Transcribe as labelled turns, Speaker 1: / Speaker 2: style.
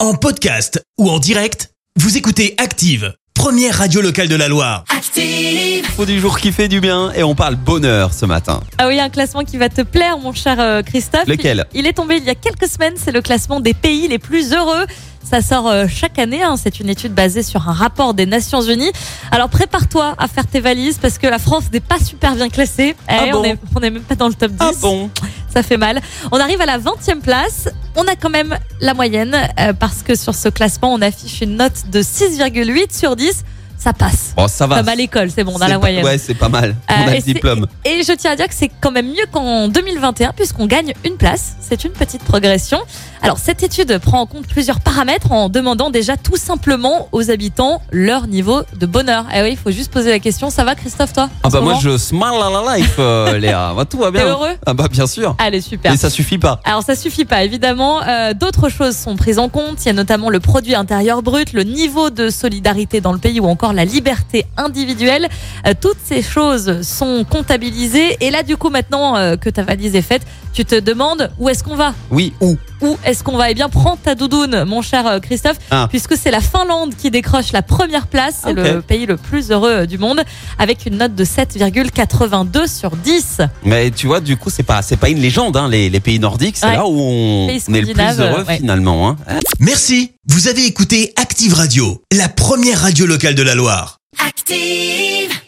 Speaker 1: En podcast ou en direct, vous écoutez Active, première radio locale de la Loire.
Speaker 2: Active.
Speaker 3: Faut du jour qui fait du bien et on parle bonheur ce matin.
Speaker 4: Ah oui, un classement qui va te plaire, mon cher euh, Christophe.
Speaker 3: Lequel
Speaker 4: Il est tombé il y a quelques semaines, c'est le classement des pays les plus heureux. Ça sort euh, chaque année, hein. c'est une étude basée sur un rapport des Nations Unies. Alors prépare-toi à faire tes valises parce que la France n'est pas super bien classée. Eh,
Speaker 3: Ah bon
Speaker 4: on, est, on est même pas dans le top 10.
Speaker 3: Ah bon
Speaker 4: Ça fait mal. On arrive à la 20e place. On a quand même la moyenne euh, parce que sur ce classement, on affiche une note de 6,8 sur 10. Ça passe.
Speaker 3: Bon, Oh, ça va.
Speaker 4: Comme à l'école, c'est bon, on a
Speaker 3: C'est
Speaker 4: la
Speaker 3: pas-
Speaker 4: moyenne.
Speaker 3: Ouais, c'est pas mal. on
Speaker 4: Euh,
Speaker 3: a
Speaker 4: et
Speaker 3: le
Speaker 4: c'est-
Speaker 3: diplôme. Ah
Speaker 4: Et je tiens à dire que c'est quand même mieux qu'en 2021 puisqu'on gagne une place. C'est une petite progression. Alors cette étude prend en compte plusieurs paramètres en demandant déjà tout simplement aux habitants leur niveau de bonheur. Eh oui, il faut juste poser la question. Ça va Christophe toi
Speaker 3: Ah
Speaker 4: en ce
Speaker 3: bah moi
Speaker 4: moment
Speaker 3: je smile la la life, euh, Léa. Bah, tout va
Speaker 4: T'es
Speaker 3: bien.
Speaker 4: heureux
Speaker 3: Ah bah bien sûr.
Speaker 4: Allez super.
Speaker 3: Mais ça suffit pas.
Speaker 4: Alors ça suffit pas évidemment. Euh, D'autres choses sont prises en compte. Il y a notamment le produit intérieur brut, le niveau de solidarité dans le pays ou encore la liberté individuelle. Euh, toutes ces choses sont comptabilisées. Et là du coup maintenant euh, que ta valise est faite, tu te demandes où est-ce qu'on va
Speaker 3: Oui, ou
Speaker 4: Où est-ce qu'on va Eh bien prends ta doudoune, mon cher euh, Christophe,
Speaker 3: Ah.
Speaker 4: puisque c'est la Finlande qui décroche la première place. C'est
Speaker 3: Ok.
Speaker 4: le pays le plus heureux euh, du monde avec une note de 7,82 sur 10.
Speaker 3: Mais tu vois, du coup, c'est pas, c'est pas une légende, hein, les, les pays nordiques. C'est
Speaker 4: Ouais.
Speaker 3: là où on,
Speaker 4: Pays
Speaker 3: on est le plus
Speaker 4: scandinaves,
Speaker 3: heureux
Speaker 4: euh, ouais.
Speaker 3: finalement. Hein.
Speaker 1: Merci, vous avez écouté Active Radio, la première radio locale de la Loire.
Speaker 2: Active.